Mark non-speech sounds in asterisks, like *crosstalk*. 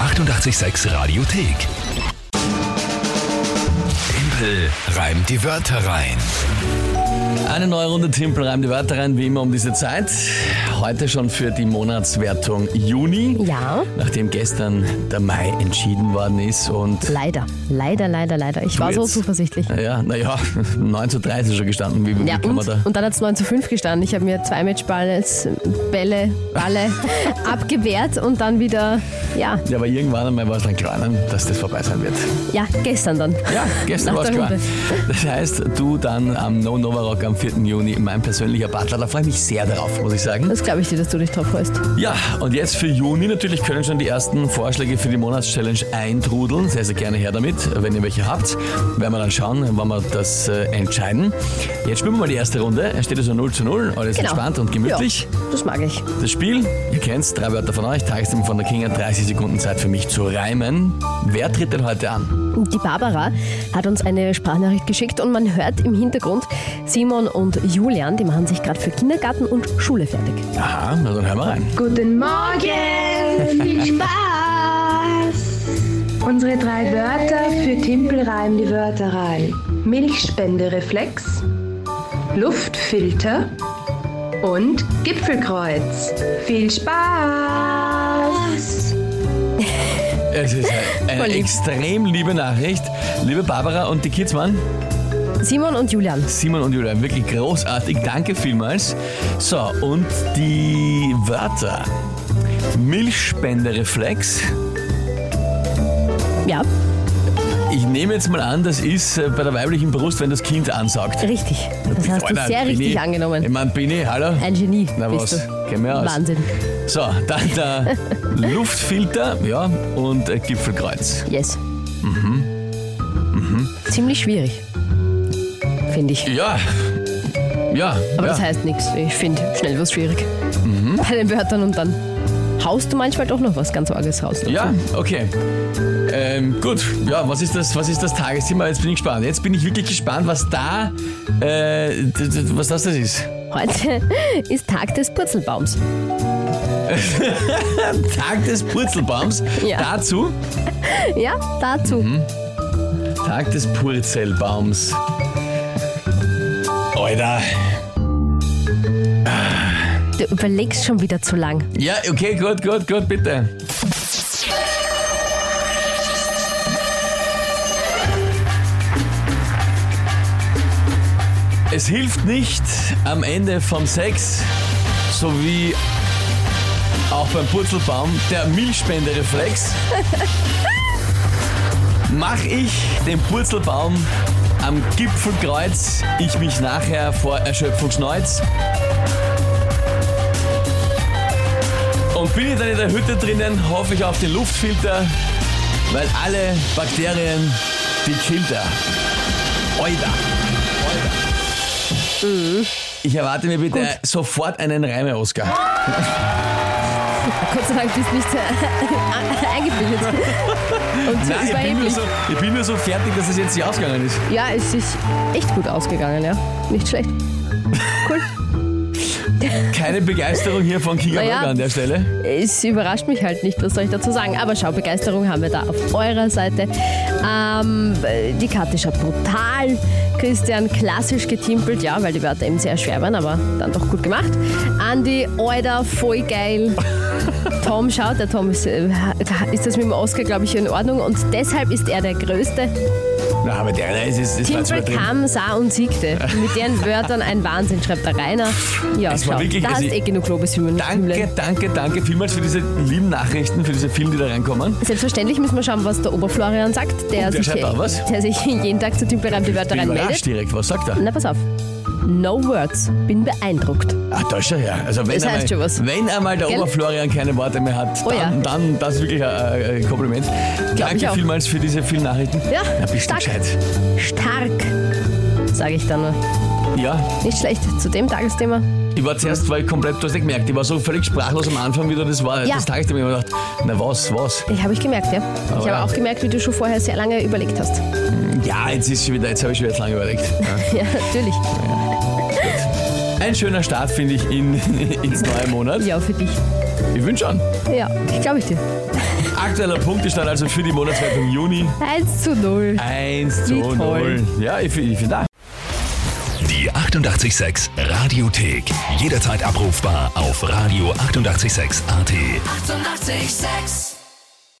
886 Radiothek. Tempel reimt die Wörter rein. Eine neue Runde Timpel reimt die Wörter rein, wie immer um diese Zeit. Heute schon für die Monatswertung Juni. Ja. Nachdem gestern der Mai entschieden worden ist und Leider, leider, leider, leider. Ich war so jetzt. zuversichtlich. ja, *laughs* naja, 9 zu 3 ist schon gestanden. Wie, wie Ja, kann man und, da? und dann hat es 9 zu 5 gestanden. Ich habe mir zwei Matchballs, Bälle, *laughs* Balle abgewehrt und dann wieder, ja, Ja, aber irgendwann einmal war es dann klar, ne, dass das vorbei sein wird. ja, gestern dann. Ja, gestern Nach war es der klar. Runde. Das heißt, du dann am No Nova Rock am 4. Juni, mein persönlicher Butler. Da freue ich mich sehr darauf, muss ich sagen. Das glaube ich dir, dass du dich drauf freust. Genau. Ja, und jetzt für Juni natürlich können schon die ersten Vorschläge für die Monatschallenge eintrudeln. Sehr, sehr gerne her damit, wenn ihr welche habt. Werden wir dann schauen, wann wir das äh, entscheiden. Jetzt spielen wir mal die erste Runde. Es steht also 0 zu 0, alles Genau. entspannt und gemütlich. Ja, das mag ich. Das Spiel, ihr kennt's, drei Wörter von euch, Tagesthema von der Kinga, 30 Sekunden Zeit für mich zu reimen. Wer tritt denn heute an? Die Barbara hat uns eine Sprachnachricht geschickt und man hört im Hintergrund Simon und Julian, die machen sich gerade für Kindergarten und Schule fertig. Aha, na dann hören wir rein. Guten Morgen, viel Spaß! Unsere drei Wörter für Timpelreim, die Wörter rein. Milchspendereflex, Luftfilter und Gipfelkreuz. Viel Spaß! Es *laughs* ist eine Voll lieb. extrem liebe Nachricht. Liebe Barbara und die Kids, Mann. Simon und Julian. Simon und Julian, wirklich großartig. Danke vielmals. So, und die Wörter. Milchspendereflex. Ja, Ich nehme jetzt mal an, das ist äh, bei der weiblichen Brust, wenn das Kind ansaugt. richtig. Das hast du Alter, sehr bin richtig ich, Ich angenommen. Äh. meine, Bini, hallo? Ein Genie Na bist was, du. kennen wir aus. Wahnsinn. So, dann *laughs* der Luftfilter, ja, und äh, Gipfelkreuz. Yes. Mhm. Ziemlich schwierig, finde ich. Ja, ja. ja. Aber Mhm. das heißt nichts. Ich finde schnell was schwierig. Bei den Wörtern und dann haust du manchmal doch noch was ganz Arges raus. Ja, okay. Ähm, gut, ja, was ist, das, was ist das Tagesthema? Jetzt bin ich gespannt. Jetzt bin ich wirklich gespannt, was da, äh, d- d- was das, das ist. Heute ist Tag des Purzelbaums. Tag des Purzelbaums. Ja. Dazu Ja, dazu. Mhm. Tag des Purzelbaums. Alter. Du überlegst schon wieder zu lang. Ja, okay, gut, gut, gut, bitte. Es hilft nicht am Ende vom Sex, so wie auch beim Purzelbaum, der Milchspendereflex. Mach ich den Purzelbaum am Gipfelkreuz, ich mich nachher vor Erschöpfung schneuz. Und bin ich dann in der Hütte drinnen, hoffe ich auf den Luftfilter, weil alle Bakterien, die killt er. Oida. Mhm. Ich erwarte mir bitte sofort einen Reime, Oscar. Gott sei Dank bist du nicht so *laughs* eingebildet. Und so Nein, ich bin, nur überheblich. so, ich bin nur so fertig, dass es jetzt nicht ausgegangen ist. Ja, es ist echt gut ausgegangen, ja. Nicht schlecht. Keine Begeisterung hier von Kinga Naja. Burger an der Stelle. Es überrascht mich halt nicht, was soll ich dazu sagen. Aber schau, Begeisterung haben wir da auf eurer Seite. Ähm, die Karte schaut brutal. Christian klassisch getimpelt, ja, weil die Wörter eben sehr schwer waren, aber dann doch gut gemacht. Andi, Alter, voll geil. *laughs* Tom schaut, der Tom ist, äh, ist das mit dem Oscar, glaube ich, in Ordnung und deshalb ist er der Größte. Na, aber der nein, es ist, es war zu Timpel übertrieben. kam, sah *laughs* und siegte. Mit deren Wörtern ein Wahnsinn, schreibt der Rainer. Ja, Es war schau, wirklich- da also hast ich- eh genug Lobeshymnen. Danke, danke, danke vielmals für diese lieben Nachrichten, für diese vielen, die da reinkommen. Selbstverständlich müssen wir schauen, was der Oberflorian sagt, der, Oh, der sich, schreibt auch was? der sich jeden Tag zu Timpelreim die Ich Wörter bin überrascht reinmeldet. direkt, was sagt er? Na, pass auf. No words. Bin beeindruckt. Ah, da ist er her. Also wenn Das heißt einmal, schon was. Wenn einmal der Gell? Oberflorian keine Worte mehr hat, dann, Oh ja. dann das ist wirklich ein äh, Kompliment. ich Danke auch. vielmals für diese vielen Nachrichten. Ja, Na, bist stark. du gescheit. Stark. Sage ich dann nur. Ja, Nicht schlecht. Zu dem Tagesthema. ich war zuerst weil komplett, du hast nicht gemerkt, ich war so völlig sprachlos am Anfang, wie du das war. Ja. Das Tagesthema, ich hab mir gedacht, na was, was? Ich habe ich gemerkt, ja. Aber ich ja. habe auch gemerkt, wie du schon vorher sehr lange überlegt hast. *laughs* Ja, jetzt ist schon wieder, jetzt habe ich schon wieder lange überlegt. Ja, natürlich. Ein schöner Start, finde ich, in, *laughs* ins neue Monat. Ja, für dich. Ich wünsche an. Ja, ich glaube ich dir. Aktueller Punktestand also für die Monatswertung Juni 1 zu 0. 1 Wie zu toll. 0. Ja, ich, ich finde auch. Die 886 Radiothek. Jederzeit abrufbar auf radio886.at. 886! 886